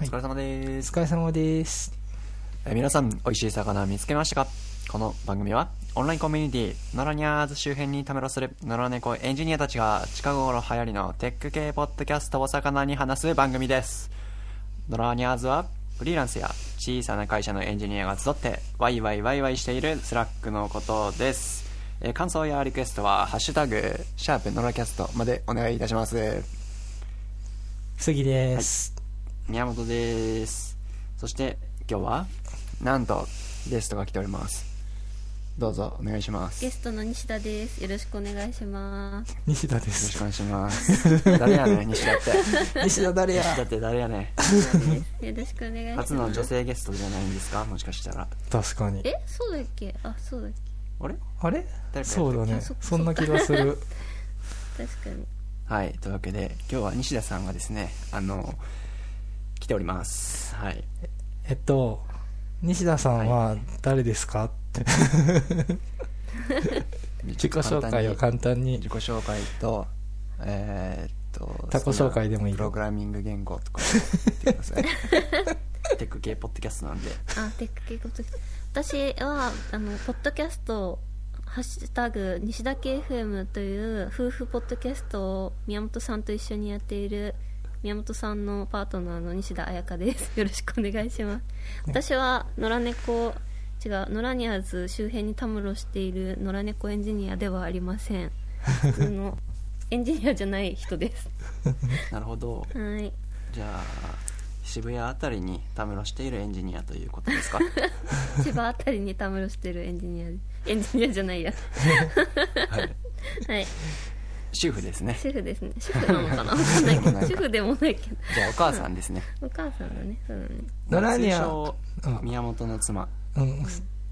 疲れ様でおす。疲れ様です。えー皆さん、美味しい魚見つけましたかこの番組は、オンラインコミュニティ、ノラニャーズ周辺にたむろするノラ猫エンジニアたちが、近頃流行りのテック系ポッドキャストを魚に話す番組です。ノラニャーズは、フリーランスや小さな会社のエンジニアが集って、ワイワイワイワイしているスラックのことです。えー感想やリクエストは、ハッシュタグ、シャープノラキャストまでお願いいたします。杉です。宮本ですそして今日はなんとゲストが来ておりますどうぞお願いしますゲよストの西田です。よろしくお願い します。西田でろしくおす。願いします誰やねん西田って西田誰や西田って誰やねよろしくお願いしんま初す。の女。性ゲストじゃないんですかもしかしたら確かに。え、そうだっけ？あ、そうだっあれあ誰れかやってるそうだねあそっ。かそんな気がする。け？確かに。はいというわけで今日は西田さんがですねあの来ておりますはいえっと、西田さんは誰ですかって。自己紹介を簡単に自。己紹介とえー、っと他己紹介でもいいよプログラミング言語とか言ってください テック系ポッドキャストなんであ、テック系ポッドキャスト私はあのポッドキャストハッシュタグ西田系 FM という夫婦ポッドキャストを宮本さんと一緒にやっている宮本さんのパートナーの西田彩香です。 よろしくお願いします。私は野良猫違う野良ニャーズ周辺にたむろしている野良猫エンジニアではありま せん。普通のエンジニアじゃない人です。なるほどはい。じゃあ渋谷あたりにたむろしているエンジニアということですか千葉あたりにたむろしてるエンジニアエンジニアじゃないやはいはい主婦 ですね主婦ですね主婦な のかな分かんないけど主婦でもないけどじゃあお母さんですねお母さんだねそうだね野良に通ゃ称宮本の 妻うん、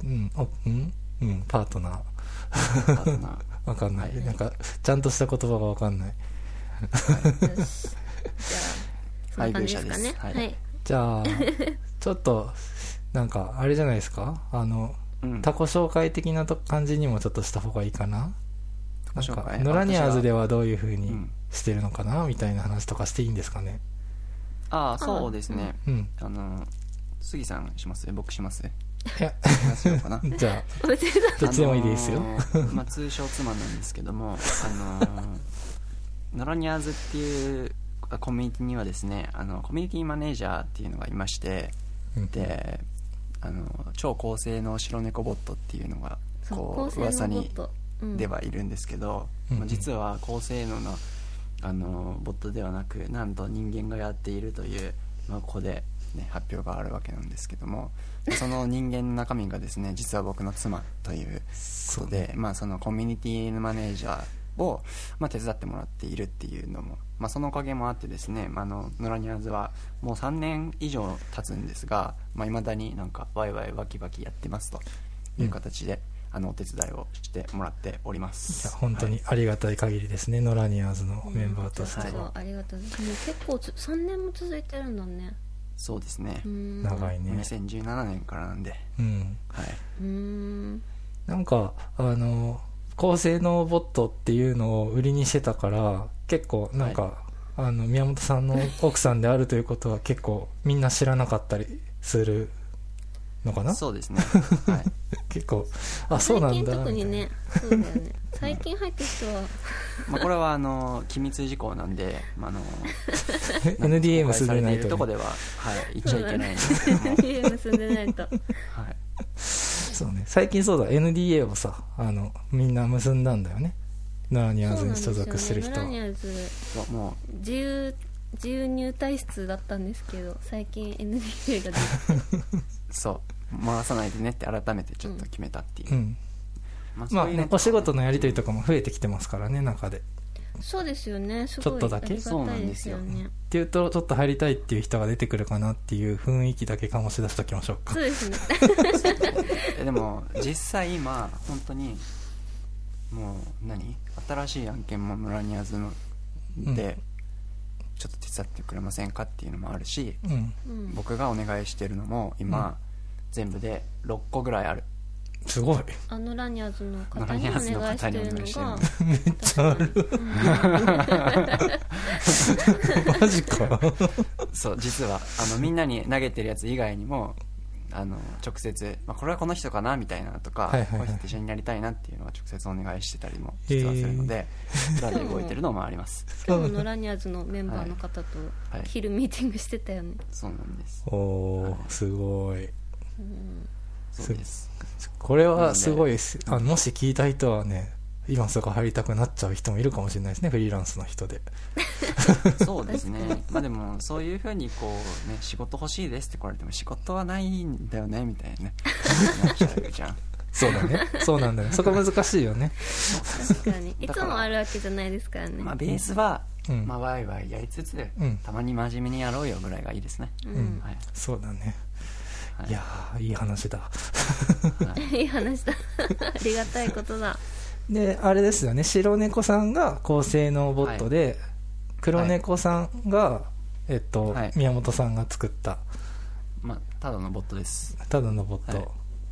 うん、おうん、うん、パートナー。パートナーわかんない。はいなんか、ちゃんとした言葉がわかんない。よしじゃあそんな感じですか配偶者ですねはいはいじ ゃあ、ちょっと、なんか、あれじゃないですかあの、うん他己紹介的なと感じにもちょっとした方がいいかななん己紹か介ノラニアーズではどういう風うにんしてるのかなみたいな話とかしていいんですかねああそうですねうんあの杉さんします僕し ますいや話しようかなじゃあ別にどっちでもいいですよあ、のーまあ、通称妻なんですけども、あのーノラニャーズっていうコミュニティにはですねあのコミュニティマネージャーっていうのがいましてうんであの超高性能白猫ボットっていうのがそうこ高性う噂能ボにットうんではいるんですけど、うんまあ実は高性能なあのボットではなくなんと人間がやっているという、まあ、ここで、ね、発表があるわけなんですけど もその人間の中身がですね実は僕の妻というそことで、まあ、そのコミュニティのマネージャーを、まあ、手伝ってもらっているっていうのも、まあ、そのおかげもあってですね、まあ、あのノラニャーズはもう3年以上経つんですがいまあ、未だになんかワイワイワキワキやってますという形で、あのお手伝いをしてもらっておりまいやす本当にありがたい限りですね、ノラニアーズのメンバーとしてそはういそうありがとうもう結構つ3年も続いてるんだねそうですねうーん長いね2017年からなんで、うんはいうーんなんかあの高性能ボットっていうのを売りにしてたから結構なんか、あの宮本さんの奥さんであるということは結構みんな知らなかったりするのかなそうです ね、はい、結構あそうなんだ最近特にみたいなねそうだよね最近入ってる人はまあこれはあの機密事項なんで、まあ、あ の NDA 公進開んさでれなていいるとことねでは、はい、言っちゃいけないんですけど も、 NDA 結んでないとはい、そうね最近そうだ NDA をさあのみんな結んだんだよねナーニアーズに所属してる人そうはなんですよね村にそうもうある自由自由入隊室だったんですけど最近 NDA が出てそう回さないでねって改めてちょっと決めたっていう、うんまあまあそういうねねお仕事のやり取りとかも増えてきてますからね中でそうですよねすちょごっいとだけありがたいですよねっていうとちょっと入りたいっていう人が出てくるかなっていう雰囲気だけ醸し出しときましょうかそうですねえでも実際今本当にもう何新しい案件も村にやずのうんで、ちょっと手伝ってくれませんかっていうのもあるしうんうん僕がお願いしてるのも今、全部で6個ぐらいあるすごい あのラニャーズの方ラにニおャーズの願いし方にお願てるのいしてるのががめっちゃあるマジかそう実はあのみんなに投げてるやつ以外にもあの直接、まあ、これはこの人かなみたいなのとか、はいはいはいこの人と一緒になりたいなっていうのは直接お願いしてたりも実はするので裏で動いてるのもあります今日のラニャーズのメンバーの方とはい昼ミーティングしてたよね、そうなんですおーすごいうんそうです これはすごいですあのもし聞いた人はね今すぐ入りたくなっちゃう人もいるかもしれないですねフリーランスの人でそうですねまあでもそういうふうにこうね仕事欲しいですって来られても仕事はないんだよねみたいなねなっちゃうじゃんそうだ ねそうなんだねそこ難しいよね確かにいだつからもあるわけじゃないですから ね、まあベースは、うんまあ、ワイワイやりつつ、うんたまに真面目にやろうよぐらいがいいですね、ううんんはいそうだねはいいやーいい話だはいいい話だありがたいことだであれですよね白猫さんが高性能ボットで、黒猫さんが、えっとはい宮本さんが作ったまあ、ただのボットですただのボット、はい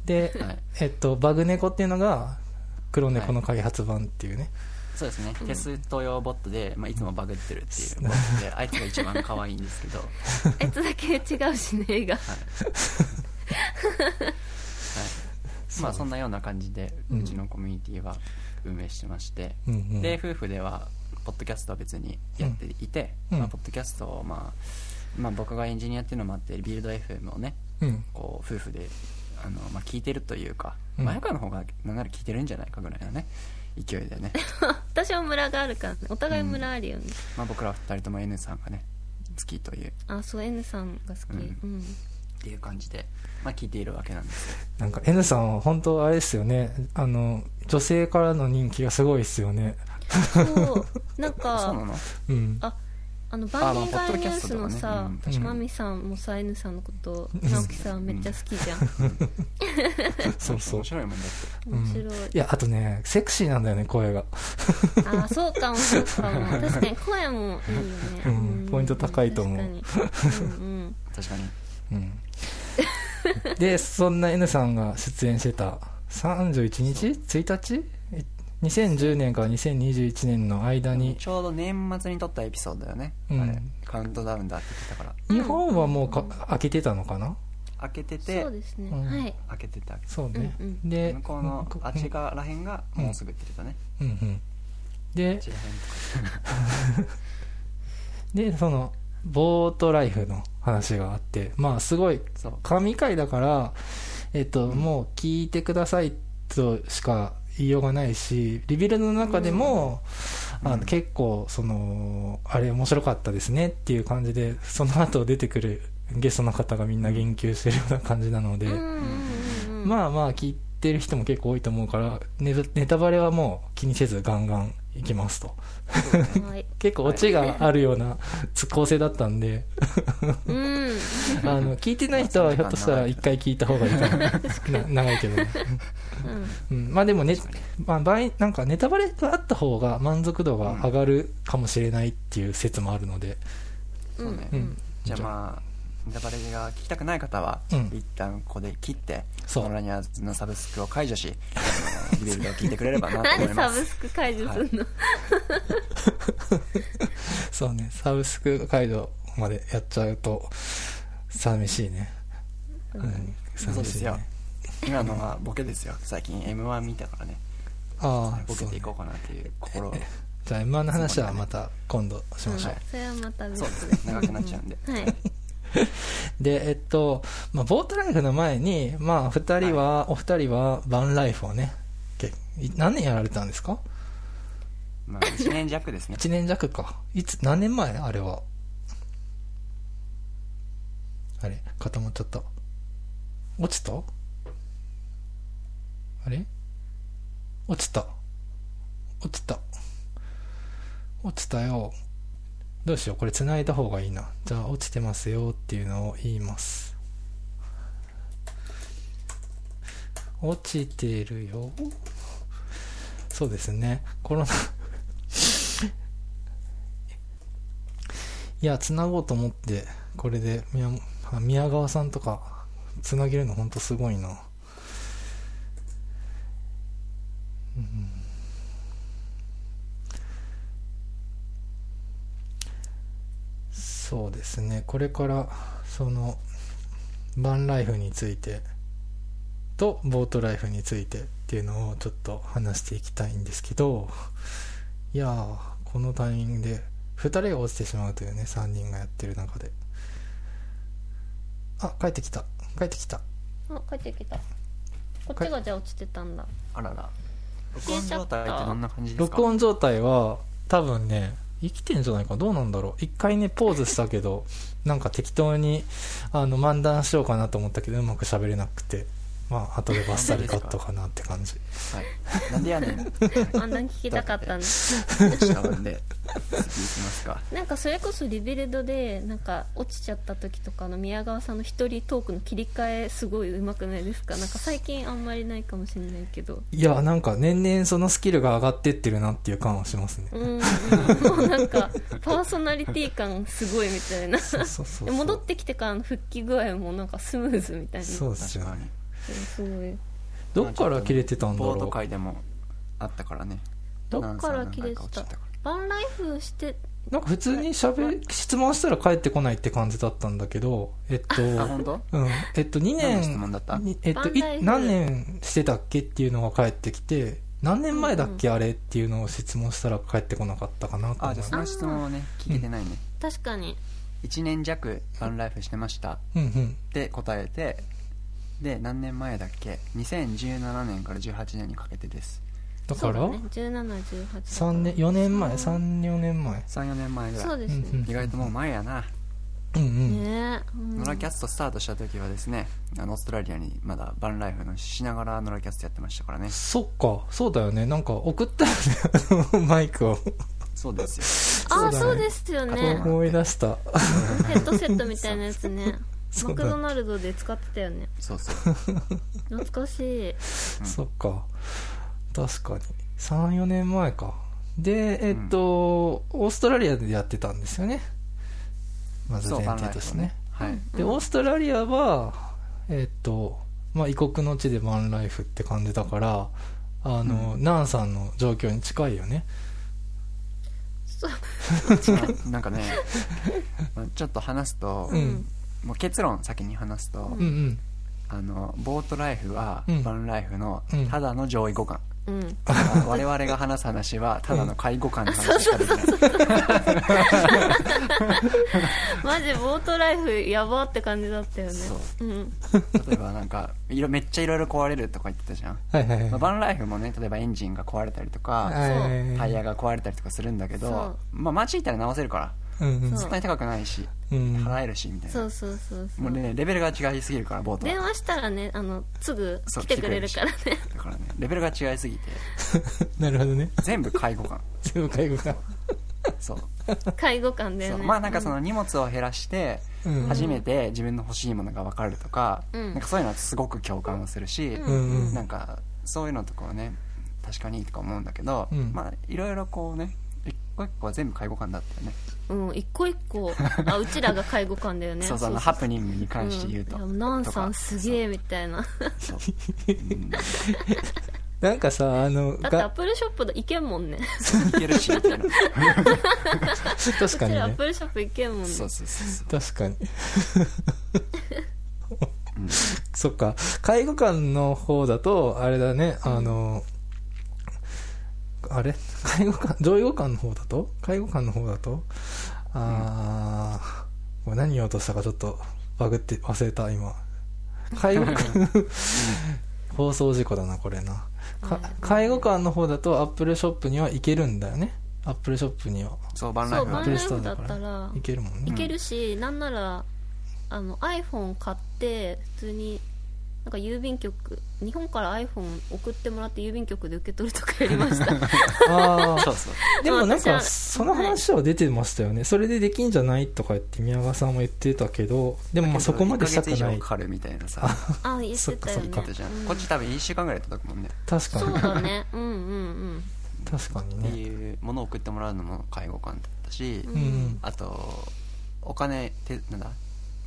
で、はいえっとバグ猫っていうのが黒猫の開発版っていうね、そうですね、テスト用ボットで、まあ、いつもバグってるっていうボットで、あいつが一番可愛いんですけど、はい、あいつだけ違うしね絵がまあそんなような感じで、うんうちのコミュニティは運営してまして、うんうんで、夫婦では、ポッドキャストは別にやっていて、うんまあ、ポッドキャストを、まあ、まあ、僕がエンジニアっていうのもあって、ビルド FM をね、うんこう夫婦であの、まあ、聞いてるというか、うん前からの方が、なんなら聞いてるんじゃないかぐらいのね、勢いで ね、私は村があるからねお互い村あるよね、まあ、僕ら二人とも N さんがね、好きという。あそう N さんが好き、ううんんっていう感じで、まあ、聞いているわけなんですよなんか N さんは本当あれですよねあの女性からの人気がすごいですよねそうな んそうなかのうんああの番組まあ外ポッドニキュャースストとかのねさうん確かにマミさんもさ N さんのことうん直樹さんめっちゃ好きじゃん そうそう面白いもんだってうん面白い、いやあとねセクシーなんだよね声がああそうかもそう かも確かに声もいいよね、うんポイント高いと思う確かに、うんうん、確かにうんでそんな N さんが出演してた31日 ?1 日2010年から2021年の間にちょうど年末に撮ったエピソードだよね、うんあれカウントダウンだって言ってたから日本はもうか開けてたのかな開けててそうですね、うんはい開けてて開けてそうね、うんてで向こうのあっち側らへんがうんもうすぐって言ってたね、うんうんであっちらへんとかでそのボートライフの話があってまあすごいそう神回だから、えっと、もう聞いてくださいとしか言いようがないし、リビルドの中でも、うんあうのん結構、その、あれ面白かったですねっていう感じで、その後出てくるゲストの方がみんな言及してるような感じなので、うんうんうんうん、まあまあ聞いてる人も結構多いと思うから、ネタネタバレはもう気にせずガンガンいきますと。はい、結構オチがあるような通行性だった んで、うんあの、聞いてない人はひょっとしたら一回聞いた方がいいかな。 な長いけどね。うん、まあでもね確かに、まあ、場合なんかネタバレがあった方が満足度が上がるかもしれないっていう説もあるので、うんそうねうんじゃあまあネタバレが聞きたくない方は、うん一旦ここで切ってそうノラニアズのサブスクを解除しあのリビルドを聞いてくれればなとな思んでい サまブすスク解除するの、そうねサブスク街道までやっちゃうと寂しいね、うんうん、そう寂でしすいねよ今のはボケですよ最近 m 1見たからねああボそケうてねいこうかなっていう心をじゃあ M1 の話はまた今度しましょう、はいそれはまた別そうですね長くなっちゃうんではいでえっと、まあ、ボートライフの前にまあ二人は、お二人はバンライフをねけい何年やられたんですかまあ1年弱です ね1年弱かいつ何年前あれはあれ固まっちゃった落ちたあれ落ちた落ちた落ちたよどうしようこれ繋いだ方がいいなじゃあ落ちてますよっていうのを言います落ちてるよそうですねコロナいや、つなごうと思って、これで宮あ宮川さんとか、つなげるのほんとすごいな。そうですねこれからそのバンライフについてとボートライフについてっていうのをちょっと話していきたいんですけどいやーこのタイミングで2人が落ちてしまうというね3人がやってる中であ帰ってきた帰ってきたあ帰ってきたこっちがじゃあ落ちて たんだあらら録音状態ってどんな感じですか録音状態は多分ね生きてんじゃないかどうなんだろう一回ねポーズした けどなんか適当にあの漫談しようかなと思ったけどうまく喋れなくてまあ後でバッサリカットかなって感じ はい、なんでやねんあんなに聞きたかったんだ落ちたもんで次行きますかなんかそれこそリビルドでなんか落ちちゃった時とかの宮川さんの一人トークの切り替えすごいうまくないです かなんか最近あんまりないかもしれないけどいやなんか年々そのスキルが上がってってるなっていう感はしますねうんうんもうなん かパーソナリティ感すごいみたいなそうそうそうでそう戻ってきてからの復帰具合もなんかスムーズみたいなそうで確すよかねにすごいどっから切れてたんだボートろう会でもあったからねどっから切れてなんたか落ちからバンライフしてなんか普通にしゃべ質問したら帰ってこないって感じだったんだけどえっとあ本当うん、えっと2何の年質問だったにえっとバンライいフ何年してたっけっていうのが返ってきて何年前だっけ、あれっていうのを質問したら返ってこなかったかなとあ思じゃあそいの質問はね聞けてないね、確かに1年弱バンライフしてましたっうんうんて答えてで何年前だっけ2017年から18年にかけてですだから、そうだね、1718三年4年前うん34年前34年前ぐらいそうですね、うん意外ともう前やなうんうん、ねえ、うんノラキャストスタートした時はですねあのオーストラリアにまだバンライフのしながらノラキャストやってましたからねそっかそうだよねなんか送ったよね マイクをそうですああそそうだねうですよね思い出したヘッドセットみたいなやつねそマうクだドナルドで使ってたよねよ そうそう懐かしいうんそっか確かに34年前かでえっと、オーストラリアでやってたんですよねまずそう前バンラ提イとしてフねねはいでうんオーストラリアはえっとまあ異国の地でバンライフって感じだからあの、うナンさんの状況に近いよねそうまあなんか ねまあちょっと話すと、うんもう結論先に話すと、うんうんあのボートライフはうんバンライフのうんただの上位互換、うん我々が話す話はただの介護官の話しかできないマジボートライフやばって感じだったよねそううん例えばなんかいろめっちゃいろいろ壊れるとか言ってたじゃん、はいはいはい、まあ、バンライフもね例えばエンジンが壊れたりとはかいはいはいタイヤが壊れたりとかするんだけそどうまあ街行ったら直せるからうんうんそんなに高くないしうん払えるしみたいな、そうそうそうそもううねレベルが違いすぎるからボートは電話したらねあのすぐそう来てくれるからね来てくれるしだからねレベルが違いすぎて なるほどね 全部介護官全部介護かそう 介護官 だよそねうまあなんかその荷物を減らして うん初めて自分の欲しいものが分かるとか,、うんなんかそういうのはすごく共感をするし、うんうんなんかそういうのとかはね確かにいいとか思うんだけど、うんまあいろいろこうね一個一個は全部介護官だったよねうん一個一個 あうちらが介護官だよねそうそうあのハプニングに関して言うと、んいやナンさんすげえみたいなそうそううんいなんかさあのだってアッがプルショップで行けんもんねけるしみたいな 確かうにちらアッねプルショップ行けんもんねそうそうそうそう確かにうんそっか介護官の方だとあれだねあの、あれ介護官上位護官の方だと介護官の方だとあー、これ何言おうとしたかちょっとバグって忘れた今介護官放送事故だなこれなか介護官の方だとアップルショップには行けるんだよねアップルショップにはそうバンラそイうフバはンねライフだったら行けるもんいねけるし、なんならあの iPhone 買って普通になんか郵便局日本から iPhone 送ってもらって郵便局で受け取るとかやりました ああそうそうでもなん私はかその話は出てましたよね、それでできんじゃないとか言って宮川さんも言ってたけどでもまあそこまでしたく1ヶ月な以い上かかるみたいなさあ言ってたよそね言ってたじゃん、こっち多分1週間ぐらい届くもんね確そかうにだねうんうん確かにってねいうものを送ってもらうのも介護官だったし、うんうんうんあとお金てなんだ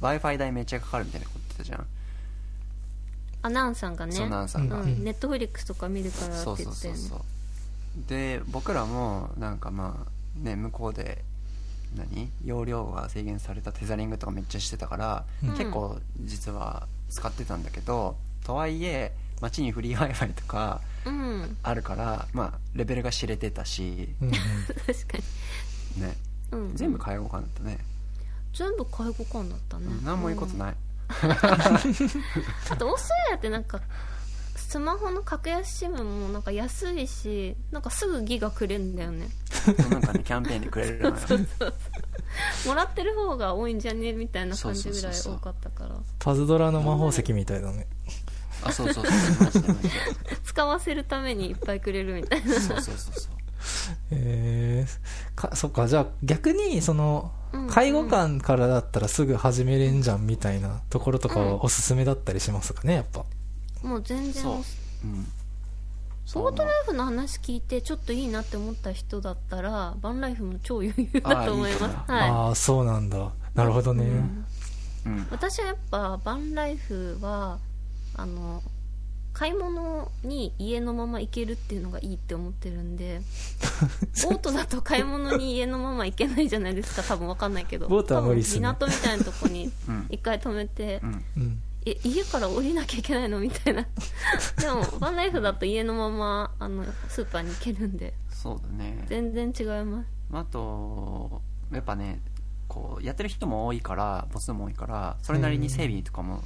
w i f i 代めっちゃかかるみたいなこと言ってたじゃん、あナンさんがねそうナンさんが、うネットフリックスとか見るからそっうてそ言うってたそようねそうで僕らもなんかまあね向こうで何容量が制限されたテザリングとかめっちゃしてたから、うん結構実は使ってたんだけどとはいえ街にフリー Wi-Fi とかうん あるから、まあ、レベルが知れてたし、うんうん確かに、ね、うん、全部介護官だったね、全部介護官だったね、うん何もいいことい、ない、あとオーストラリアってなんかスマホの格安 SIM もなんか安いしなんかすぐギガくれるんだよねそうなんかねキャンペーンでくれるのよもらってる方が多いんじゃねみたいな感じぐらいそうそうそうそう多かったからパズドラの魔法石みたいだねあそうそうそうマジでマジで使わせるためにいっぱいくれるみたい なそうそうそうそうえー、かそっかじゃあ逆にそのうん介護官からだったらすぐ始めれんじゃんみたいなところとかはおすすめだったりしますかねやっぱもう全然そうボうんートライフの話聞いてちょっといいなって思った人だったらバンライフも超余裕だと思いますあはいああそうなんだなるほどね、うんうん私はやっぱバンライフはあの買い物に家のまま行けるっていうのがいいって思ってる んでボートだと買い物に家のまま行けないじゃないですか多分わかんないけどボートは無理っすね多分港みたいなとこにうん一回止めて、うんうん、え家から降りなきゃいけないのみたいなでもバンライフだと家のままあのスーパーに行けるんでそうだね全然違いますあとやっぱねこうやってる人も多いからボスも多いからそれなりに整備とかも、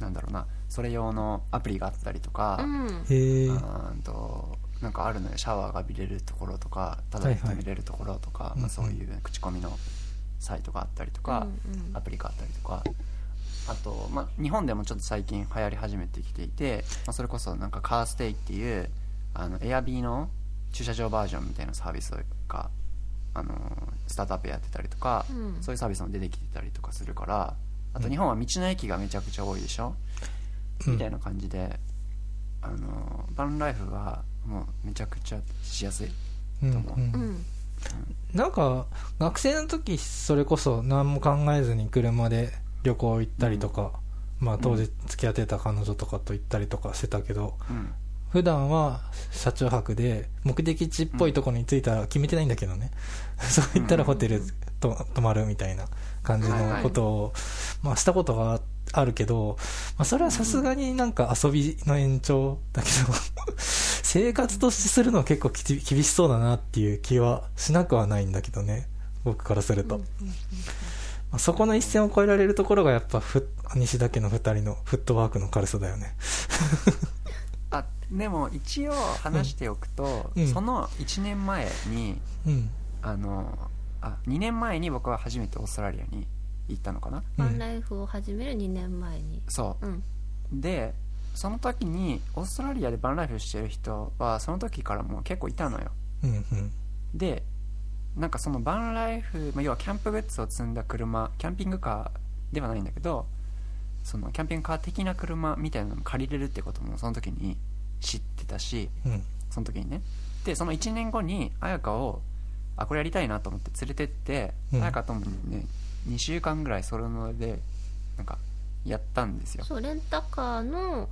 なんだろうなそれ用のアプリがあったりとうか、んへえうーんとなんかあるのよシャワーが見れるところとかただで止めれるところとか、いまあ、そういう口コミのサイトがあったりとか、うんうんアプリがあったりとかあと、まあ、日本でもちょっと最近流行り始めてきていて、まあ、それこそなんかカーステイっていうあの Airb の駐車場バージョンみたいなサービスが、あのスタートアップやってたりとか、うんそういうサービスも出てきてたりとかするからあと日本は道の駅がめちゃくちゃ多いでしょ、うんみたいな感じであのバンライフはもうめちゃくちゃしやすいうんうと思うんうんなんか学生の時それこそ何も考えずに車で旅行行ったりとか、まあ当時付き合ってた彼女とかと行ったりとかしてたけどうん普段は車中泊で目的地っぽいところに着いたら決めてないんだけどね、そう行ったらホテルと泊まるみたいな感じのことを、まあ、したことがあるけど、まあ、それはさすがになんか遊びの延長だけど 生活としてするのは結構きち厳しそうだなっていう気はしなくはないんだけどね僕からすると、うんまあそこの一線を越えられるところがやっぱふ西田家の2人のフットワークの軽さだよねあでも一応話しておくと、うんその1年前にうんあのあ2年前に僕は初めてオーストラリアに行ったのかなうバンんライフを始める2年前にそうんうでその時にオーストラリアでバンライフしてる人はその時からもう結構いたのようんうんでなんかそのバンライフ、まあ、要はキャンプグッズを積んだ車キャンピングカーではないんだけどそのキャンピングカー的な車みたいなのも借りれるってこともその時に知ってたしうんその時にねでその1年後に綾香をあこれやりたいなと思って連れてってうん綾香ともね2週間ぐらいそれのでなんかやったんですよ、そうレンタカーの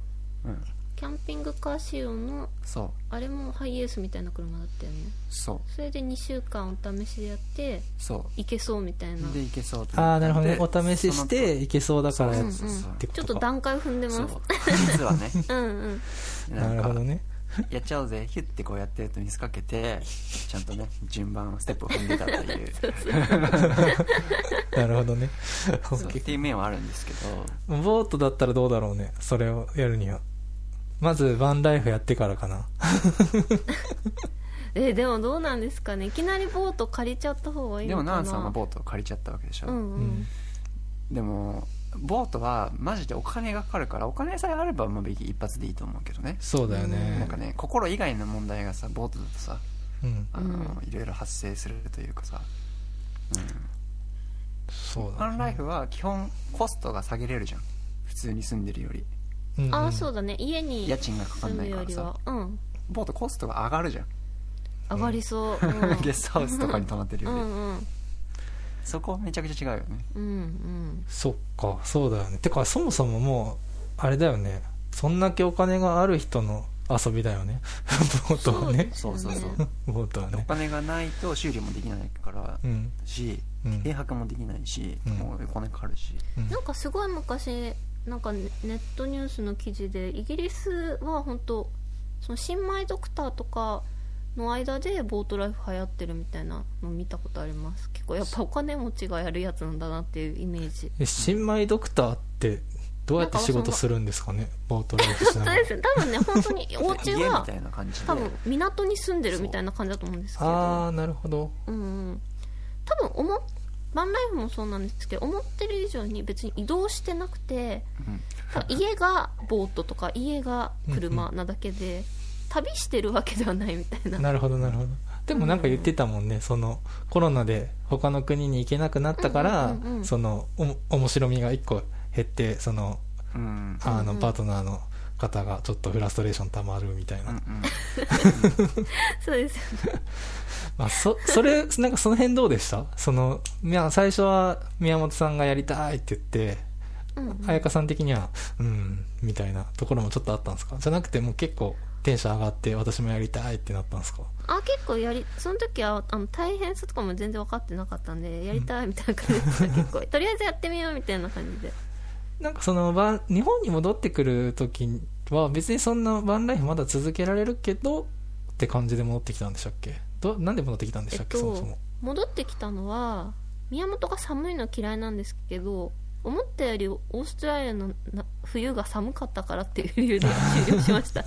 うん、キャンピングカー仕様のそうあれもハイエースみたいな車だったよねそうそれで2週間お試しでやってそいけそうみたいなうでいけそうと思ってああなるほどねでお試ししていけそうだそのから後やうんっそうそうそうてこちょとかっと段階を踏んでそまうす実は ねうんうんななんるほかどねやっちゃおうぜヒュッてこうやってると見せかけてちゃんとね順番ステップを踏んでたっ ていうなるほどね そうっていう面はあるんですけどボートだったらどうだろうねそれをやるにはまずバンライフやってからかなえでもどうなんですかねいきなりボート借りちゃった方がいいでのもかなナンさんはボートを借りちゃったわけでしょ、うんううんんでもボートはマジでお金がかかるからお金さえあればもう一発でいいと思うけどねそうだようんなんねかね心以外の問題がさボートだとさうんあの、ういろいろ発生するというかさ、うん、そフうァだンねライフは基本コストが下げれるじゃん普通に住んでるよりうんああそううだね家に家賃がかか住んなむいかよらりさはうんボートコストが上がるじゃん、上がりそう、うん、 ゲストハウスとかに泊まってるうより、んうんそこめちゃくちゃ違うよねうんうんそっかそうだよねてかそもそももうあれだよねそんだけお金がある人の遊びだよね ボートはねそうですよねそうそうそう ボートはおね金がないと修理もできないからうんし、うん停泊もできないし、うんもうお金かかるしうんなんかすごい昔なんかねネットニュースの記事でイギリスは本当その新米ドクターとかの間でボートライフ流行ってるみたいなの見たことあります結構やっぱお金持ちがやるやつなんだなっていうイメージえ新米ドクターってどうやって仕事するんですかねボートライフしな本当がでらす多分ね本当にお家家みはたいな感じで多分港に住んでるみたいな感じだと思うんですけどああなるほどうんうん多分思っバンライフもそうなんですけど思ってる以上に別に移動してなくてうん多 分家がボートとか家が車なだけで、旅してるわけではないみたいななるほどなるほどでもなんか言ってたもんねそのコロナで他の国に行けなくなったから、うんうんうんうんそのおも面白みが一個減ってそのうんあうんのうんパートナーの方がちょっとフラストレーションたまるみたいな、うんうん そうですよねまあ、そそれなんかその辺どうでしたそのいや最初は宮本さんがやりたいって言ってうんうん彩香さん的にはうんみたいなところもちょっとあったんですかじゃなくてもう結構テンション上がって私もやりたいってなったんですかあ結構やりその時はあの大変さとかも全然分かってなかったんでやりたいみたいな感じで した、結構とりあえずやってみようみたいな感じでなんかそのバン日本に戻ってくる時は別にそんなバンライフまだ続けられるけどって感じで戻ってきたんでしたっけどなんで戻ってきたんでしたっけ、えっそともそも戻ってきたのは宮本が寒いの嫌いなんですけど思ったよりオーストラリアのな冬が寒かったからっていう理由で 終了しました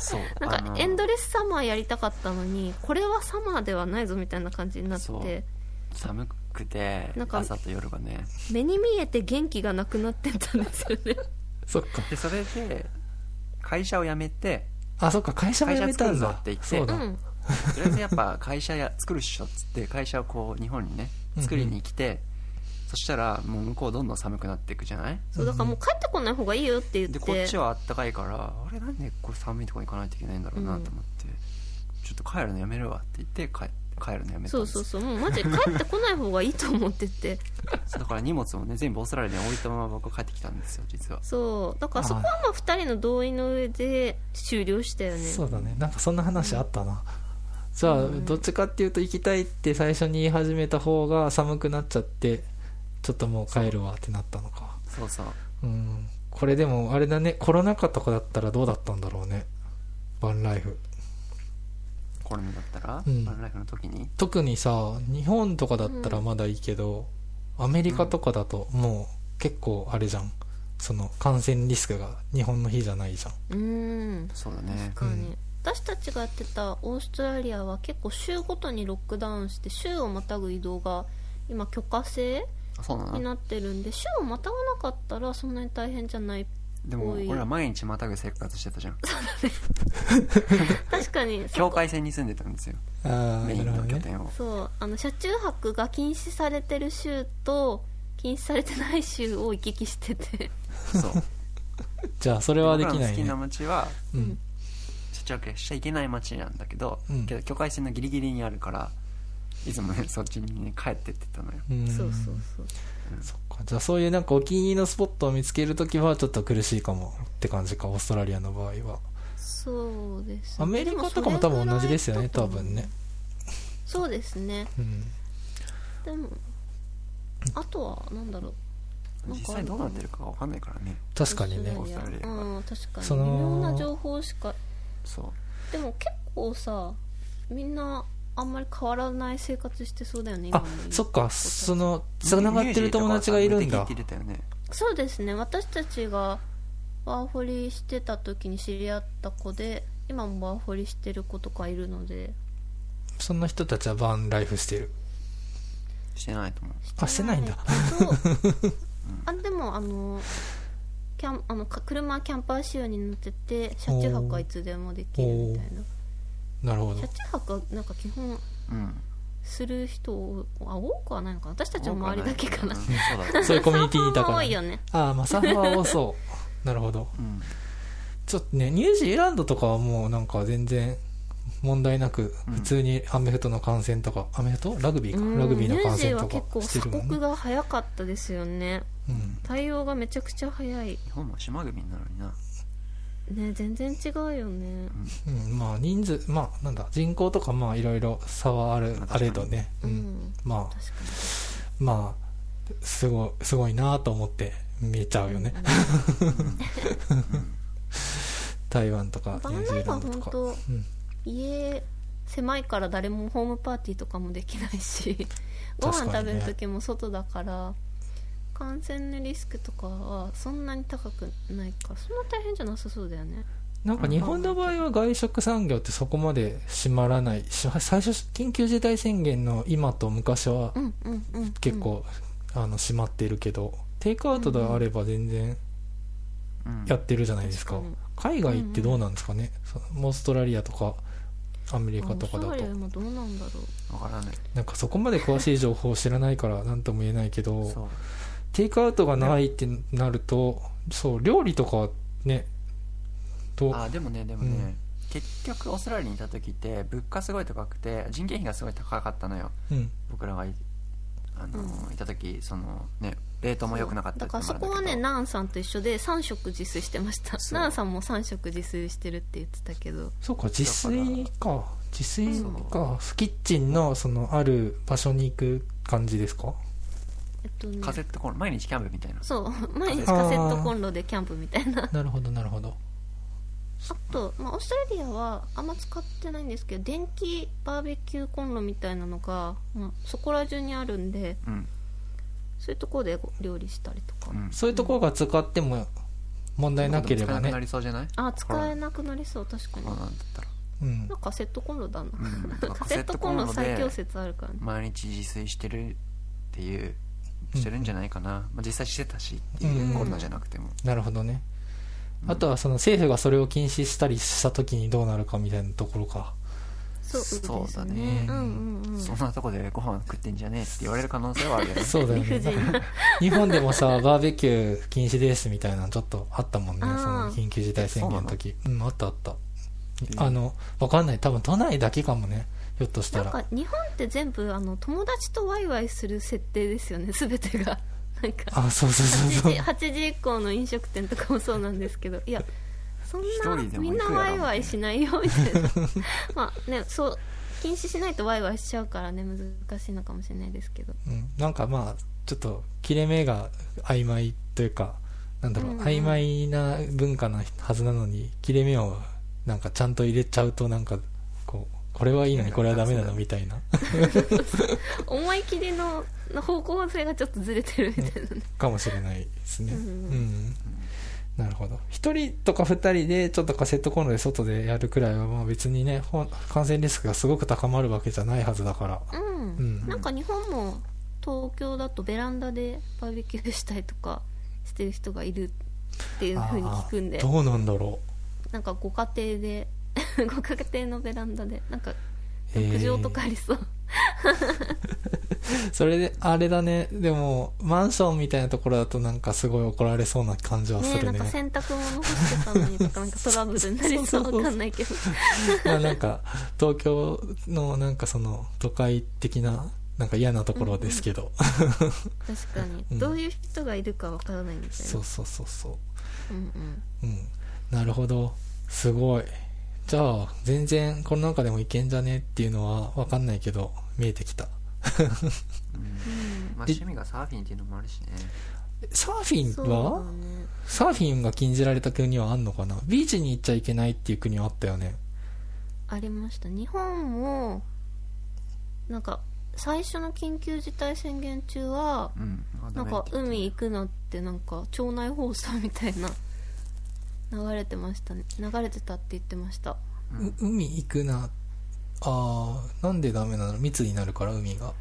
そう なんあかのエンドレスサマーやりたかったのにこれはサマーではないぞみたいな感じになっそうて寒くてなんか朝と夜がね目に見えて元気がなくなってたんですよ ねそっかでそれで会社を辞めてあそっか会社も辞めたんだ会社そ作うるうだ、んとりあえずやっぱ会社や作るっしょっつって会社をこう日本にねうんうん作りに来て、そしたらもう向こうどんどん寒くなっていくじゃないそうだからもう帰ってこない方がいいよって言っでてこっちはあったかいからあれなんでこれ寒いとこ行かないといけないんだろうなと思って、ちょっと帰るのやめるわって言って帰帰るのやめたんですそうそうそうもうマジで帰ってこない方がいいと思っ ててそうだから荷物をね全部オーストラリアに置いたまま僕は帰ってきたんですよ実はそうだからそこはまあ2人の同意の上で終了したよねそうだねなんかそんな話あったな、じゃあうんどっちかっていうと行きたいって最初に言い始めた方が寒くなっちゃってちょっともう帰るわってなったのかそうそううんこれでもあれだねコロナ禍とかだったらどうだったんだろうねバンライフコロナだったら、うんバンライフの時に特にさ日本とかだったらまだいいけど、アメリカとかだともう結構あれじゃんその感染リスクが日本の日じゃないじゃんうんそうだね確かに、うん私たちがやってたオーストラリアは結構週ごとにロックダウンして週をまたぐ移動が今許可制あそうなにのなってるんで週をまたがなかったらそんなに大変じゃ ないでも多い俺ら毎日またぐ生活してたじゃん確かに境そこ界線に住んでたんですよ ああメインなるほどの拠ね点 をそうあの車中泊が禁止されてる州と禁止されてない州を行き来しててそうじゃあそれはでき僕らのな好きいねな街はうん車中泊しちゃいけない街なんだけど、うんけど境界線のギリギリにあるからいつも ねそっちにね帰ってってたのようんそうそうそうそっかじゃあそういうなんかお気に入りのスポットを見つけるときはちょっと苦しいかもって感じかオーストラリアの場合はそうですねアメリカとかも多分同じですよね多分ねそうですねうんでもあとはなんだろうなん実かある際どうなってるかわかんないからね確かにねオーストラリアううん確かにその微妙な情報しかそでも結構さみんなあんまり変わらない生活してそうだよね今あもそっかそのうつながってる友達がいるんだミュージーとかさ無敵って言ってたよねそうですね私たちがワーホリしてた時に知り合った子で今もワーホリしてる子とかいるのでその人たちはバンライフしてるしてないと思うあしてないんだけど あでもあのキャンあのか車はキャンパー仕様になってて車中泊はいつでもできるみたいななるほど車中泊はなんか基本うんする人をあ多くはないのかな私たちの周りだけかな多くはないうんそうだね そういうコミュニティにいたサーかファーも多らいよねああまあサーファー多そうなるほどうんちょっとねニュージーランドとかはもうなんか全然問題なくうん普通にアメフトの観戦とか、アメフトラグビーうんかラグビーの観戦ニュージーとは結か構してるも鎖んね国が早かったですよねうん対応がめちゃくちゃ早い 日本も島国なのになね全然違うよねうん、まあ人数まあなんだ人口とかまあいろいろ差はあるまああれどね、う、うんん、まあ確かまあすごいすごいなと思って見ちゃうによね、台湾とかバニュンージライーラはンドと本か当うん家狭いから誰もホームパーティーとかもできない しご確飯かに食ねべる時も外だから感染のリスクとかはそんなに高くないからそんな大変じゃなさそうだよねなんか日本の場合は外食産業ってそこまで閉まらないし最初緊急事態宣言の今と昔はうんうんうん、うん、結構、あの閉まってるけどテイクアウトであれば全然うんやってるじゃないですか、確か海外ってどうなんですかね、そオーストラリアとかアメにリカとかだオーストラとリア今どうなんだろうわからないなんかそこまで詳しい情報を知らないから何とも言えないけどそうテイクアウトがないってなるとそう料理とかねとあでもねでもうねん結局オーストラリアにいた時って物価すごい高くて人件費がすごい高かったのようん僕らがいあのういた時そのね冷凍も良くなかっただからってそのもこあはるんだねけどナンさんと一緒で3食自炊してましたそうナンさんも3食自炊してるって言ってたけどそうか自炊か自炊かキッチンのそのある場所に行く感じですかえっとねカセットコンロ毎日キャンプみたいなそう毎日カセットコンロでキャンプみたいななるほどなるほどあと、まあ、オーストラリアはあんま使ってないんですけど電気バーベキューコンロみたいなのが、まあ、そこら中にあるんでうんそういうところで料理したりとか、うんそういうところが使っても問題なけれ使ばえなくなねりそうじゃないあ使えなくなりそう確かにこうなんだったらうんなんかカセットコンロだな、うん カセットコンロカセットコンロで最強説あるからね毎日自炊してるっていうしてるんじゃないかな、まあ、実際してたしってういんうコロナじゃなくても、なるほどねうんあとはその政府がそれを禁止したりした時にどうなるかみたいなところかそうそうですだねねうんうんうんそんなとこでご飯食ってんじゃねえって言われる可能性はあるよねそうだよ理不ね尽日本でもさバーベキュー禁止ですみたいなのちょっとあったもんねそあーの緊急事態宣言の時うんあったあったうんあのわかんない多分都内だけかもねひょっとしたなんらか日本って全部あの友達とワイワイする設定ですよね 全てがなんかあそうそうそう 8時そう ,8 時以降の飲食店とかもそうなんですけどいやそんな一人でもみん行なくやろワイワイしないよみたいな まあねそう禁止しないとワイワイしちゃうからね難しいのかもしれないですけどうんなんかまあちょっと切れ目が曖昧というかなんだろう、うんうん曖昧な文化なはずなのに切れ目をなんかちゃんと入れちゃうとなんかこうこれはいいのにこれはダメなのみたいな 思い切りのの方向性がちょっとずれてるみたいなねかもしれないですねううんん、なるほど1人とか2人でちょっとカセットコンロで外でやるくらいはまあ別にねほん感染リスクがすごく高まるわけじゃないはずだからうん、うんなんか日本も東京だとベランダでバーベキューしたりとかしてる人がいるっていうふうに聞くんであーどうなんだろなんかご家庭で ご家庭のベランダでなんかう屋上とかありそう、それであれだねでもマンションみたいなところだとなんかすごい怒られそうな感じはすねるなんねか洗濯物干してたのにとかなんかトラブルになりそうそうそうそうわかんないけどまあなんか東京のなんかその都会的ななんか嫌なところですけど、確かに、うんどういう人がいるかわからないみたいなそうそうそうそうんうんううんなるほどすごいじゃあ全然この中でもいけんじゃねっていうのは分かんないけど見えてきたうんまあ、で趣味がサーフィンっていうのもあるしねサーフィそンうだは、ねサーフィンが禁じられた国はあんのかなビーチに行っちゃいけないっていう国はあったよねありました日本もなんか最初の緊急事態宣言中はうんあダなんメか海行くなってなんか町内放送みたいな流れてましたね流れてたって言ってましたうんう海行くなあーなんでダメなの密になるから海が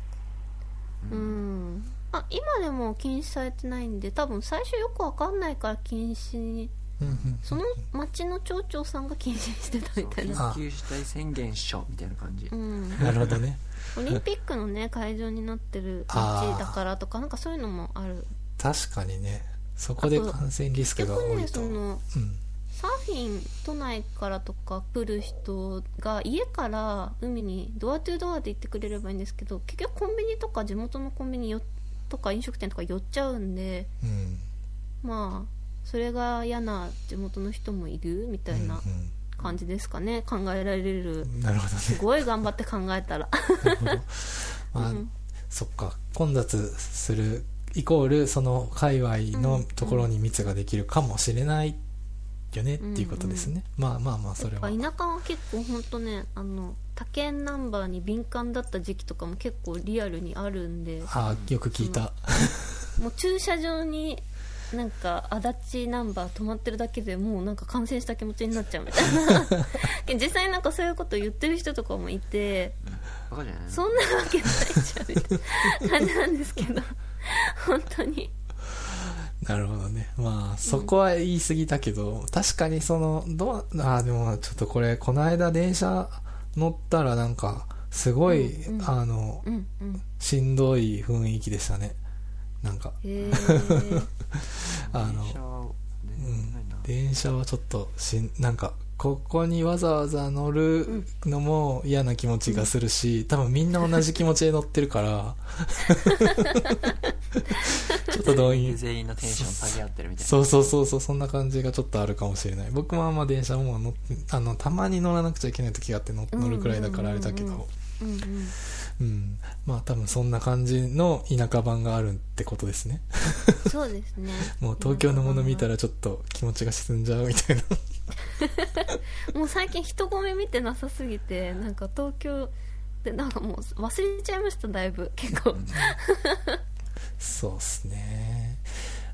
ううんんあ今でも禁止されてないんで多分最初よくわかんないから禁止にうんうんその町の町長さんが禁止してたみたいな緊急事態宣言書みたいな感じう、んなるほどねオリンピックのね会場になってるあ町ーだからとかなんかそういうのもある確かにねそこで感染リスクが逆に多いねとそのうんサーフィン都内からとか来る人が家から海にドアトゥドアで行ってくれればいいんですけど結局コンビニとか地元のコンビニよとか飲食店とか寄っちゃうんでうんまあそれが嫌な地元の人もいるみたいなう感じですかね考えられるんうんなるほどねすごい頑張って考えたらなるほどまあ、うんそっか混雑するイコールその界隈のところに密ができるかもしれないよねっていうことですね、まあまあまあそれはやっぱ田舎は結構本当ねあの他県ナンバーに敏感だった時期とかも結構リアルにあるんでああよく聞いたもう駐車場になんか足立ナンバー止まってるだけでもうなんか感染した気持ちになっちゃうみたいな 実際なんかそういうこと言ってる人とかもいてバカじゃないそんなわけないじゃんみたいな感じなんですけど本当になるほどねまあそこは言い過ぎたけど、確かにそのどうああでもちょっとこれこの間電車乗ったらなんかすごい、うんうんあのうんうんしんどい雰囲気でしたねなんかへえあの電車は全然ないなうん、電車はちょっとしんなんかここにわざわざ乗るのも嫌な気持ちがするし、多分みんな同じ気持ちで乗ってるから ちょっと動員全員のテンション下げ合ってるみたいなそうそうそうそうそんな感じがちょっとあるかもしれない僕もあんま電車も乗ってあのたまに乗らなくちゃいけない時があって乗乗るくらいだからあれだけうんうんどうんうんうんまあ多分そんな感じの田舎版があるってことですねそうですねもう東京のもの見たらちょっと気持ちが沈んじゃうみたいなもう最近人混み見てなさすぎてなんか東京でなんかもう忘れちゃいましただいぶ結構そうっすね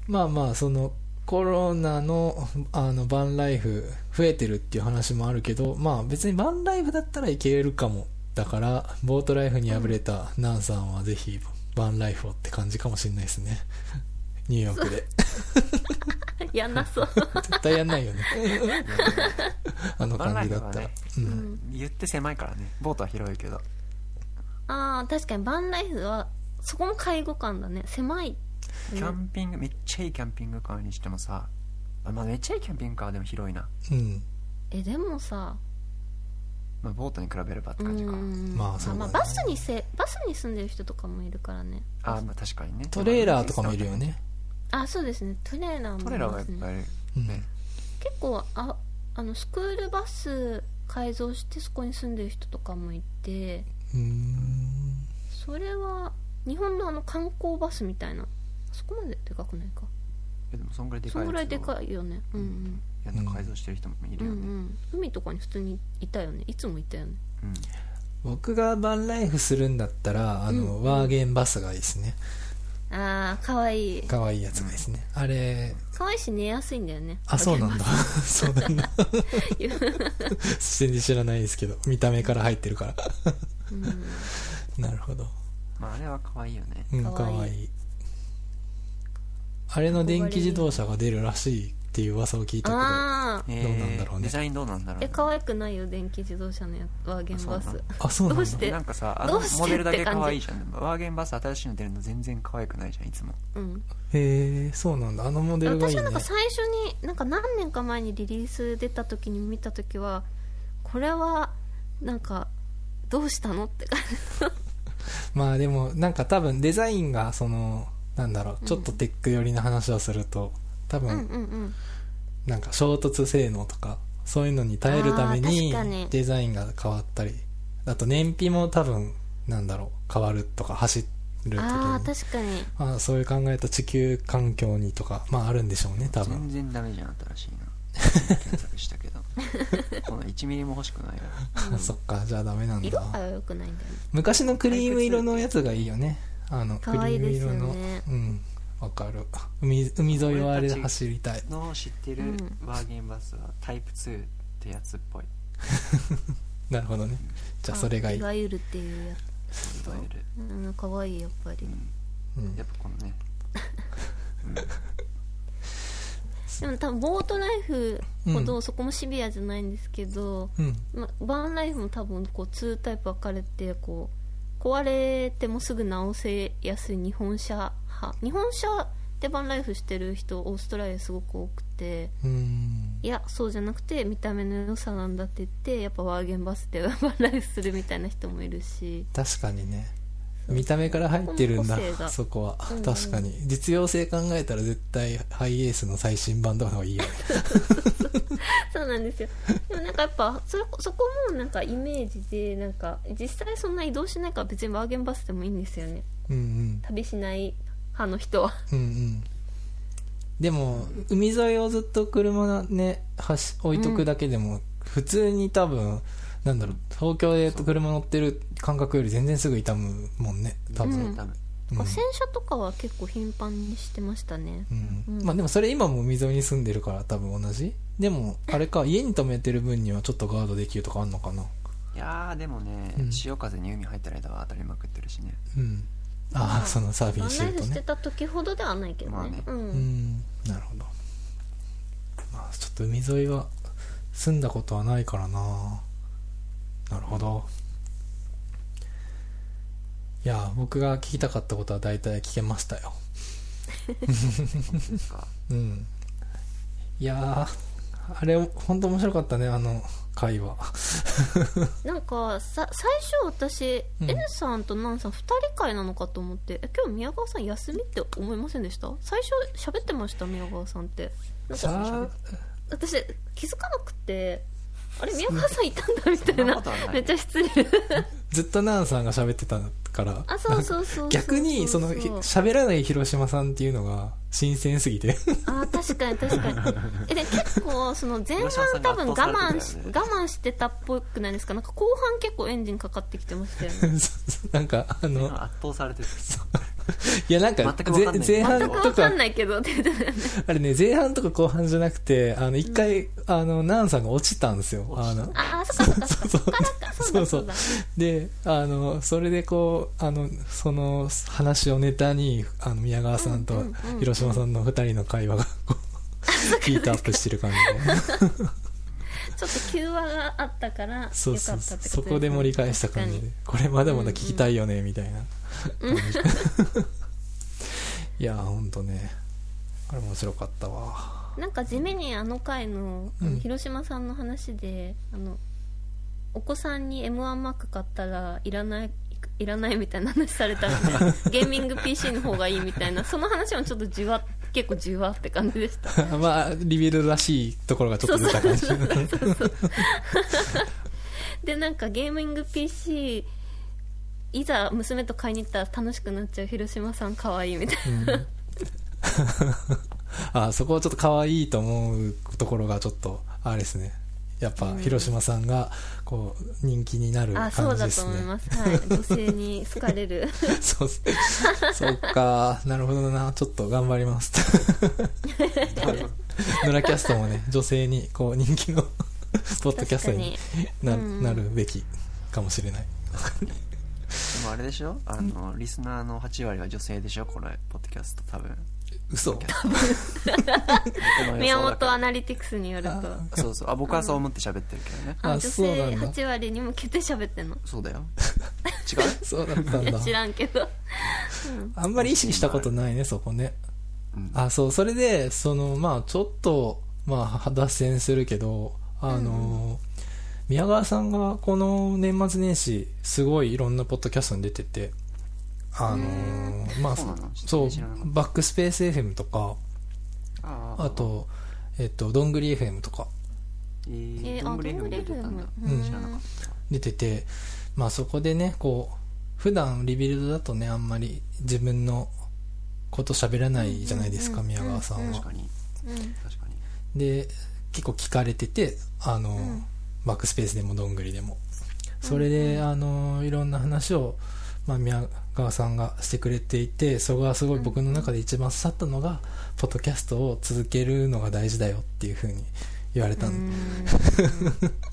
まあまあそのコロナのあのバンライフ増えてるっていう話もあるけどまあ別にバンライフだったらいけるかもだからボートライフに敗れたナンさんはぜひバンライフをって感じかもしれないですね ニューヨークでやんなそう絶対やんないよねあのバンラ感イじフだはったら、ねううんん 言って狭いからねボートは広いけどあー確かにバンライフはそこも介護感だね狭い、キャンピングめっちゃいいキャンピングカーにしてもさあまあめっちゃいいキャンピングカーでも広いな、うんえでもさまあ、ボートに比べればってう感じかんまあそうだねまあ、バスにせバスに住んでる人とかもいるからねあまあ確かにねトレーラーとかもいるよね、あそうですねトレーラーもトレーラーはやっぱりうんね結構ああのスクールバス改造してそこに住んでる人とかもいてうーんそれは日本のあの観光バスみたいなそこまででかくないかえでもそんぐらいでかそいんぐらいやつでをかいよねうんうんいやなんか改造してる人もいるうんよね、うん、海とかに普通にいたよねいつもいたよねうん僕がバンライフするんだったらあの、うんワーゲンバスがいいですねああかわいい可愛いやつがですね、あれ可愛いし寝やすいんだよねあそうなんだ そうなん だ 全然知らないですけど見た目から入ってるからうんなるほど、まああれは可愛いよねうん、か可わいい愛いあれの電気自動車が出るらしいっていう噂を聞いたけどあああえーどうなんだろうねデザインどうなんだろうえね可愛くないよ電気自動車のやワーゲンバあそうなのそうなスんだどうしてなんかさあどのうしてモデルだけ可愛いっじゃんでもワーゲンバス新しいの出るの全然可愛くないじゃんいつもうんへえそうなんだあのモデルがい私いはねなんか最初になんか何年か前にリリース出た時に見た時はこれはなんかどうしたのって感じまあでもなんか多分デザインがそのなんだろうちょっとテック寄りの話をすると多う分、んうんうんなんか衝突性能とかそういうのに耐えるためにあー確かにデザインが変わったりあと燃費も多分なんだろう変わるとか走る時にああ確かにまあ、そういう考えと地球環境にとかまああるんでしょうね多全分然ダメじゃん新しいな検索したけど この1ミリも欲しくないよ そっかじゃあダメなん色がだ良くないんだよね昔のクリーム色のやつがいいよねあのクリ可愛いームです色よのねうんわかる海海沿いをあれで走りたいの知ってるワーゲンバスはタイプ2ってやつっぽいなるほどねじゃあそれがいい、いわゆるっていうやいわゆる、つうん可愛いやっぱりうんやっぱこのねでも多分ボートライフほどそこもシビアじゃないんですけど、うん、ま、バーンライフも多分こう2タイプ分かれてこう壊れてもすぐ直せやすい日本車派日本車でバーンライフしてる人オーストラリアすごく多くてうんいやそうじゃなくて見た目の良さなん だって言ってやっぱワーゲンバスでバーンライフするみたいな人もいるし確かにね見た目から入ってるんだ個性がそこは、うんうん確かに実用性考えたら絶対ハイエースの最新版とかの方が いいよねそうなんですよでもなんかやっぱそそこもなんかイメージでなんか実際そんな移動しないから別にバーゲンバスでもいいんですよねうんうん旅しない派の人はうんうんでも海沿いをずっと車ね走置いとくだけでも、普通に多分なんだろう東京で車乗ってる感覚より全然すぐ痛むもんね多分、うん多分うん洗車とかは結構頻繁にしてましたねうんうんまあでもそれ今も海沿いに住んでるから多分同じでもあれか家に止めてる分にはちょっとガードできるとかあんのかないやーでもね、うん潮風に海入ったら枝は当たりまくってるしねうんああそのサーフィワンンしてライるフとしてねた時ほどではないけどね,、まあねうんうんなるほどまあちょっと海沿いは住んだことはないからななるほどいや僕が聞きたかったことは大体聞けましたよですかうんいやーあれ本当面白かったねあの会話なんかさ最初私、うん N さんとナンさん2人会なのかと思ってえ今日宮川さん休みって思いませんでした最初喋ってました宮川さんってなんかさあ私気づかなくてあれ宮川さんいたんだみたいそんななことはないめっちゃ失礼ずっとナンさんが喋ってたからあそうそうそうそう逆にそのうひ喋らない広島さんっていうのが新鮮すぎてあー確かに確かにえで結構その前半吉野さんに多圧分倒我されてたよね慢し我慢してたっぽくないですかなんか後半結構エンジンかかってきてましたよ ねなんかあの圧倒されてるいやなんか全くわかんない前前あ半全くとわかかんないけどってあれね前半とか後半じゃなくてあの一回、あのナンさんが落ちたんですよ落ちあたのああそっかそっかそっかそっからかそうだそうだであのそれでこうあのその話をネタにあの宮川さんうんとうんうんうん広島さんの二人の会話がこう ヒートアップしてる感じでちょっと急話があったからよかったってそうことそうそうそこで盛り返した感じでこ確れまだまだ聞きたいよねみたいな感じ いやーほんとねあれ面白かったわかになんか地味にあの回のあのうん広島さんの話で、あのお子さんに m 1マック買ったらいらないいらないみたいな話され たのでゲーミング PC の方がいいみたいなその話もちょっとじわ結構じわって感じでした まあリビルらしいところがちょっと出た感じでなんかゲーミング PC いざ娘と買いに行ったら楽しくなっちゃう広島さん可愛いみたいなうん あそこはちょっと可愛いと思うところがちょっとあれですねやっぱ広島さんがこう人気になるあそ感うじだでとす思いねます、はい、女性に好かれる そうっすそっかなるほどなちょっと頑張り ます野良キャストもね女性にこう人気のポッドキャストになうんうんなるべきかもしれないでもあれでしょあのリスナーの8割は女性でしょこれポッドキャスト多分嘘僕の予想だから 宮本アナリティクスによるとあそうそうあ僕はそう思って喋ってるけどねああ女そうなんだ性8割に向けて喋ってんのそうだよ そうだったんい やだ知らんけどあんまり意識したことないねそこねうんあそうそれでそのまあちょっとまあ脱線するけどあの、宮川さんがこの年末年始すごいいろんなポッドキャストに出ててあのまあそうなのそう知らなかったバックスペース FM とかあーあとえっとどんぐり FM とかえー、えーどあんどぐりんぐ FM 出りてたん FM だ、うん知らなかっ出ててまあそこでねこう普段リビルドだとねあんまり自分のこと喋らないじゃないですかうんうんうん宮川さんたは確かにうん確かにで結構聞かれててあの、んバックスペースでもどんぐりでもそれで、あのいろんな話を、まあ、宮川さんがしてくれていてそこがすごい僕の中で一番刺さったのが、ポッドキャストを続けるのが大事だよっていうふうに言われたうの、ん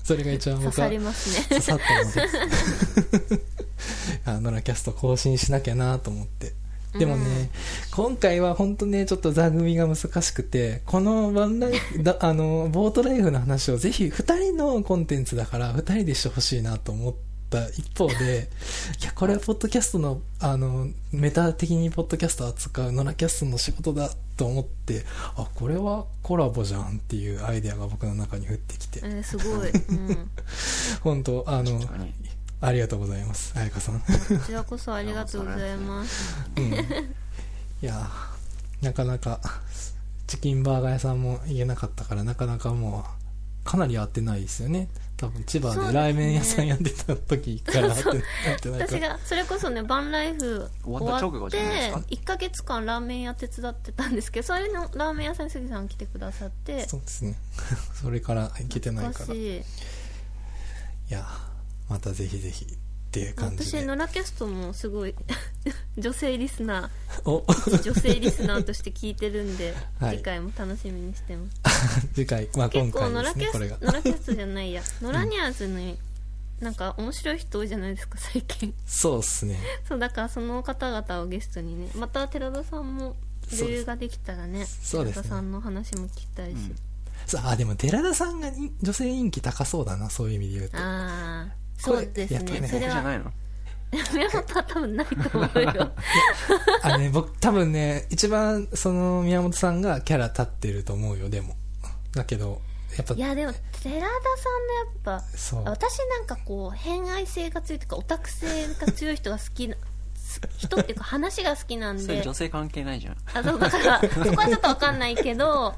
それが一番刺僕はさりますね刺さったので あのキャスト更新しなきゃなと思ってでもね、今回は本当ねちょっと座組が難しくてこのワンラ イフだあのボートライフの話をぜひ2人のコンテンツだから2人でしてほしいなと思った一方で いやこれはポッドキャストのあのメタ的にポッドキャストを扱うノラキャストの仕事だと思ってあこれはコラボじゃんっていうアイデアが僕の中に降ってきてえーすごい、うん、本当あの確かにありがとうございます彩 香さん、こちらこそありがとうございます。うん、いやーなかなかチキンバーガー屋さんも言えなかったからなかなかもうかなり合ってないですよね多分千葉そうでですねラーメン屋さんやってた時 から合って合ってないか私らがそれこそねバンライフ終わった直終わ後っじゃてないですか1ヶ月間ラーメン屋手伝ってたんですけどそれのラーメン屋さんに杉さん来てくださってそうですね それから行けてないからい私やーまたぜひぜひっていう感じ私で野良キャストもすごい 女性リスナ おー女性リスナーとして聞いてるんで、はい次回も楽しみにしてます次回、まあ、今結構回野です良キねャこれがス野良キャストじゃな いや野良ニャーズになんか面白い人多いじゃないですか最近 そうですねそうだからその方々をゲストにねまた寺田さんもそうです余裕ができたらねそうですね寺田さんの話も聞きたいし、さあでも寺田さんがに女性人気高そうだなそういう意味で言うとああこれそうですやっとねねそ僕れじゃはないの宮本は多分ないと思う よあね、僕、多分ね、一番、その、宮本さんがキャラ立ってると思うよ、でも。だけど、やっぱい、やでも寺田さんのやっぱそう。私なんかこう偏愛性が強いというかオタク性が強い人が好きな人っていうか話が好きなんそれで女性関係ないじゃんあそうだからそこはちょっと分かんないけどあ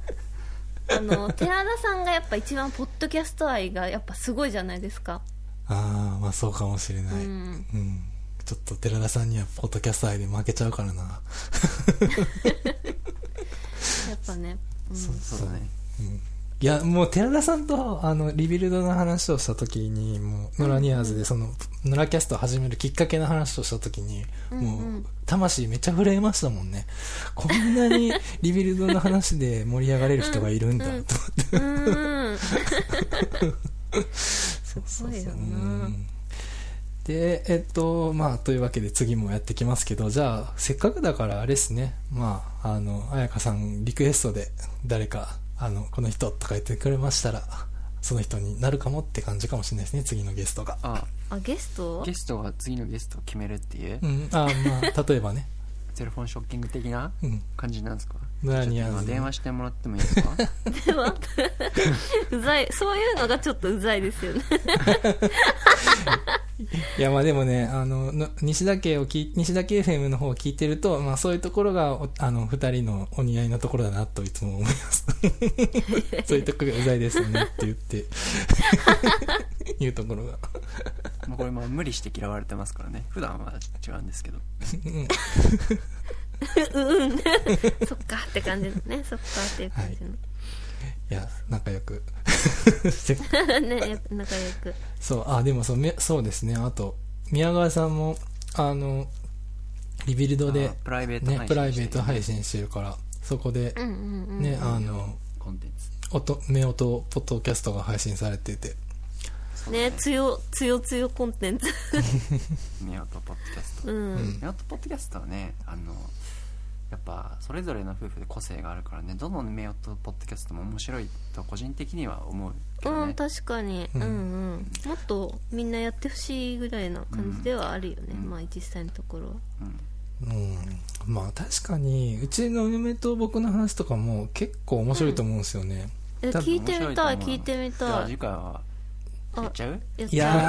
の寺田さんがやっぱ一番ポッドキャスト愛がやっぱすごいじゃないですか、ああ、まあそうかもしれない。う。うんんちょっと寺田さんには、ポッドキャスト愛で負けちゃうからな。やっぱね、うんそうそうだねいや、もう寺田さんと、あの、リビルドの話をした時に、もう、ノラニアーズで、その、ノラキャストを始めるきっかけの話をした時に、うんうもんう、魂めっちゃ震えましたもんね。こんなにリビルドの話で盛り上がれる人がいるんだ、とうんう思んって。うーんそうすごいようなんでえっとまあというわけで次もやってきますけどじゃあせっかくだからあれですねまああの彩香さんリクエストで誰かあのこの人とか言ってくれましたらその人になるかもって感じかもしれないですね次のゲストがああゲストゲストは次のゲストを決めるっていううんあまあ例えばねゼロフォンショッキング的なうん感じなんですかノラちょっとニアー今ズ電話してもらってもいいで すかでも うざいそういうのがちょっとうざいですよね いやまあでもねあのの西田家をき西田家 FM の方を聞いてると、まあ、そういうところがおあの2人のお似合いのところだなといつも思います そういうとこがうざいですよねって言って言うところが、もうこれもう無理して嫌われてますからね普段は違うんですけどうんそっかって感じのねそっかっていう感じの、いや仲良くして ねやっぱ仲良くそうあでもそうみそうですねあと宮川さんもあのリビルドであ、プライベート配信ね、プライベーしトてる配信してるからそこでうんうんうん、ね、あのコンテンツ音目音ポッドキャストが配信されててね強強強コンテンツネオとポッドキャスト、うん、うんネオとポッドキャストはねあのやっぱそれぞれの夫婦で個性があるからねどのネオとポッドキャストも面白いと個人的には思うけうどねん、確かに、ううんんうんもっとみんなやってほしいぐらいな感じではあるよね、うんまあ実際のところはうんうん、まあ確かにうちの嫁と僕の話とかも結構面白いと思うんですよね、え多分聞いてみた面い白と思う聞いてみじゃあた次い回はあやっちゃうやいっちゃう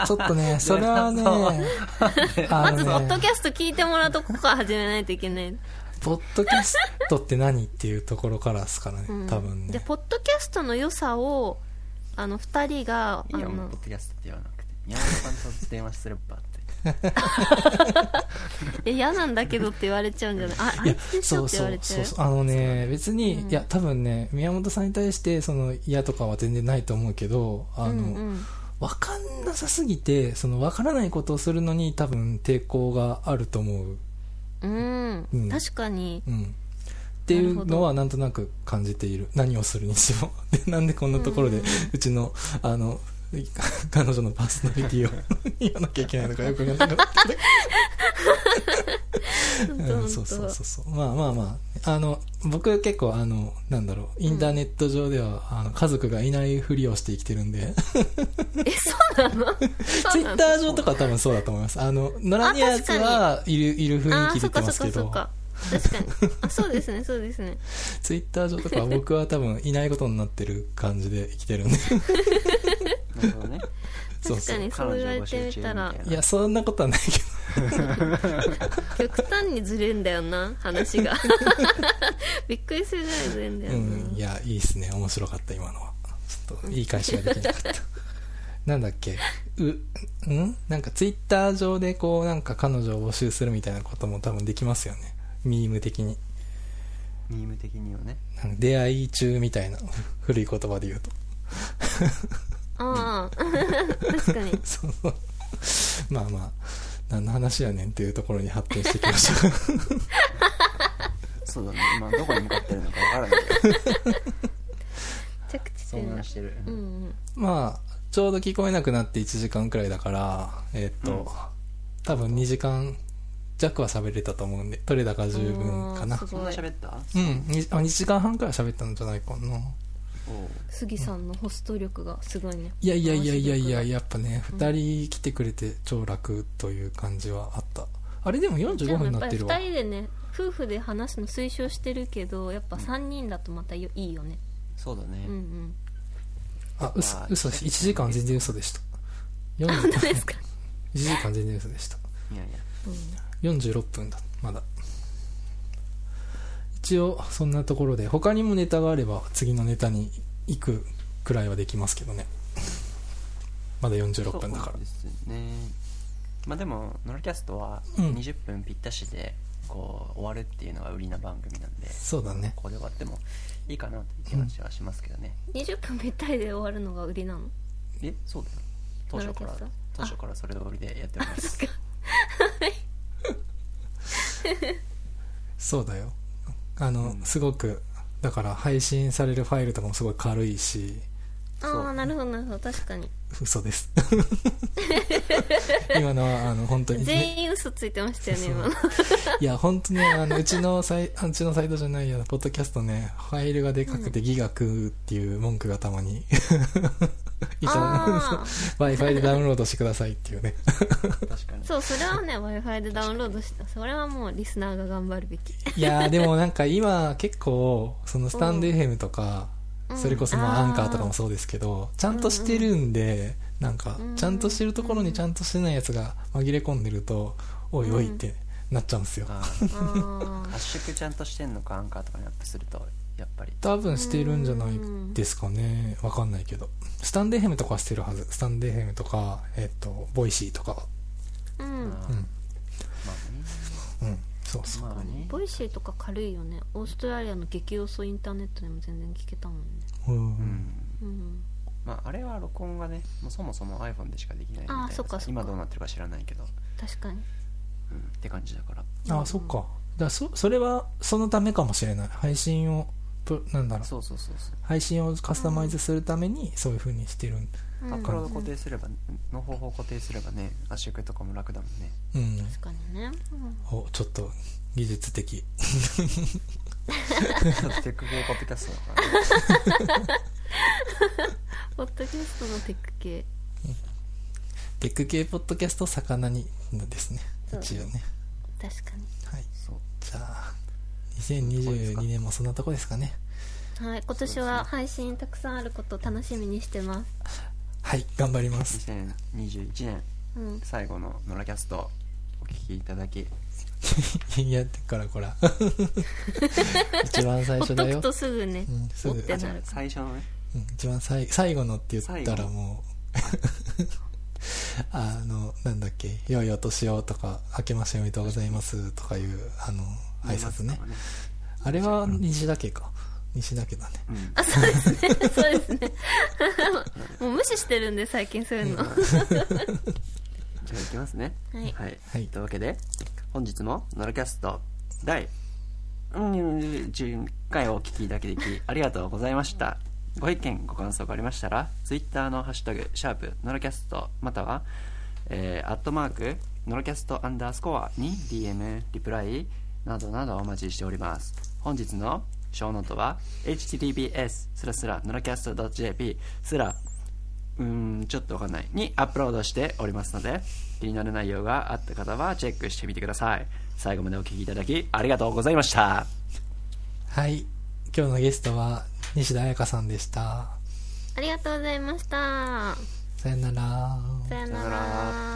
やーちょっとねそれはねあま ずポのッドねキャスト聞いてもらうとこから始めないといけない、うポッドキャストって何っていうところからですからね、ん、多分でねポッドキャストの良さをあの2人がいあいよもうのポッドキャストって言わなくて宮本さんと電話すればってえ嫌なんだけどって言われちゃうんじゃないああいつでしそょうって言そわれうちゃそううそうあのね別に、うんいや多分ね宮本さんに対してその嫌とかは全然ないと思うけどあの、うんうんわかんなさすぎてそのわからないことをするのに多分抵抗があると思ううんうん確かにうん、っていうのはなんとなく感じている何をするにしも でなんでこんなところでうんうちのあの 彼女のパーソナリティを 言わなきゃいけないのかよくわかんなかったけど、本当うん、本そうそう当そうそうまあまあまああの僕結構あのなんだろうインターネット上では、あの家族がいないふりをして生きてるんでえそうなのツそイうッなのター上とかは多分そうだと思いますあの野良ニアーズはいるいる雰囲あ気ー出そってかまそすっけかそどっか確かにあそうですねそうですねツイッター上とかは僕 は多分いないことになってる感じで生きてるんでなるほどねそう確そかうにそう言われてみたらいやそんなことはないけど極端にずれんだよな 話がびっくりするぐらいずれんだようね、ん、いやいいっすね面白かった今のはちょっといい返しができなかったなんだっけうんなんかツイッター上でこうなんか彼女を募集するみたいなことも多分できますよねミーム的にミーム的にはねなんか出会い中みたいな古い言葉で言うとああ確かにそうそうまあまあ何の話やねんっていうところに発展していきましょうそうだね今どこに向かってるのかわからない けど着地遭点が難してる、うんうんうんまあちょうど聞こえなくなって1時間くらいだからえーっと、うん多分2時間弱は喋れたと思うんで取れたから十分かなあーすそんな喋ったうん、にあ2時間半くらい喋ったんじゃないかなおう杉さんのホスト力がすごいねいやいやいやいやいやややっぱね2人来てくれて超楽という感じはあったあれでも45分になってるわ2人でね夫婦で話すの推奨してるけどやっぱ3人だとまたよいいよねそうだね、うんうんあ嘘嘘1時間全然嘘でした40本当ですか1時間全然嘘でしたいやいや46分だまだ一応そんなところで他にもネタがあれば次のネタに行くくらいはできますけどねまだ46分だかそらうですねまあでもノラキャストはうん20分ぴったしでこう終わるっていうのが売りな番組なんで、そうだねここで終わってもいいかなという気持ちはしますけどね、 20分ぴったりで終わるのが売り なのえそうだよ当初からノラキャスト当初からそれを売りでやっておりますそうだよあの、すごくだから配信されるファイルとかもすごい軽いしそうああなるほどなるほど確かに嘘です 今のはあの本当に、ね、全員嘘ついてましたよねそう今のいや本当にあ のうちのサイあうちのサイトじゃないよポッドキャストねファイルがでかくてギガ食うっていう文句がたま にいたの ああ Wi-Fi でダウンロードしてくださいっていうね確かにそうそれはね w i f i でダウンロードしたそれはもうリスナーが頑張るべきいやーでもなんか今結構そのスタンド FM とか、うんそれこそまあうんアンカーとかもそうですけどちゃんとしてるんで、なんかうんちゃんとしてるところにちゃんとしてないやつが紛れ込んでると、おいおいってなっちゃうんですよ、ああーあ圧縮ちゃんとしてんのかアンカーとかにアップするとやっぱり多分してるんじゃないですかねわかんないけどスタンド FM とかはしてるはずスタンド FM とかえっ、とボイシーとかうんあーうんまあうんそうそうねまあねボイシーとか軽いよねオーストラリアの激遅インターネットでも全然聞けたもんね、うんうんうん、まああれは録音がねもうそもそも iPhone でしかできないみたいあなーそっかそっか今どうなってるか知らないけど、確かにうん、って感じだからあそっかだからそそれはそのためかもしれない配信をプなんだろうそうそうそうそう配信をカスタマイズするためにそういう風にしてるうんアップロード固確定すればの方法固定すればね圧縮とかも楽だもん ねうん、かにね、うんおちょっと技術的テック系ポッドキャストだから、ね、ポッドキャストのテック系テック系ポッドキャスト魚にですねそう一応ね確かはいそうじゃあ2022年もそんなとこですかねにはい今年は配信たくさんあることを楽しみにしてますはい頑張り ます2021年うん最後の「ノラキャスト」お聞きいただきいやってから こら一番最ほ初っとだくよ、とすぐねうん、すぐ、持ってあなじゃるあ最初のねうん一番最最後のって言ったらもう あのなんだっけ「良いお年を」とか「明けましておめでとうございます」とかいうあの挨拶ねあれは西だけか西だけだねうんあそうですねそうですねもう無視してるんで最近そういうのはじゃあいきますねはいはいというわけで本日も「ノラキャスト」第11回をお聞きいただきありがとうございましたご意見ご感想がありましたら Twitter の「ハッシュタグシャープノラキャスト」または「えーアットマークノラキャストアンダースコア」に DM リプライなどなどお待ちしております本日の小ノートは https スラスラノラキャスト .jp スラうーんちょっとわかんないにアップロードしておりますので気になる内容があった方はチェックしてみてください最後までお聞きいただきありがとうございましたはい今日のゲストは西田彩香さんでしたありがとうございましたさよならさよなさよなら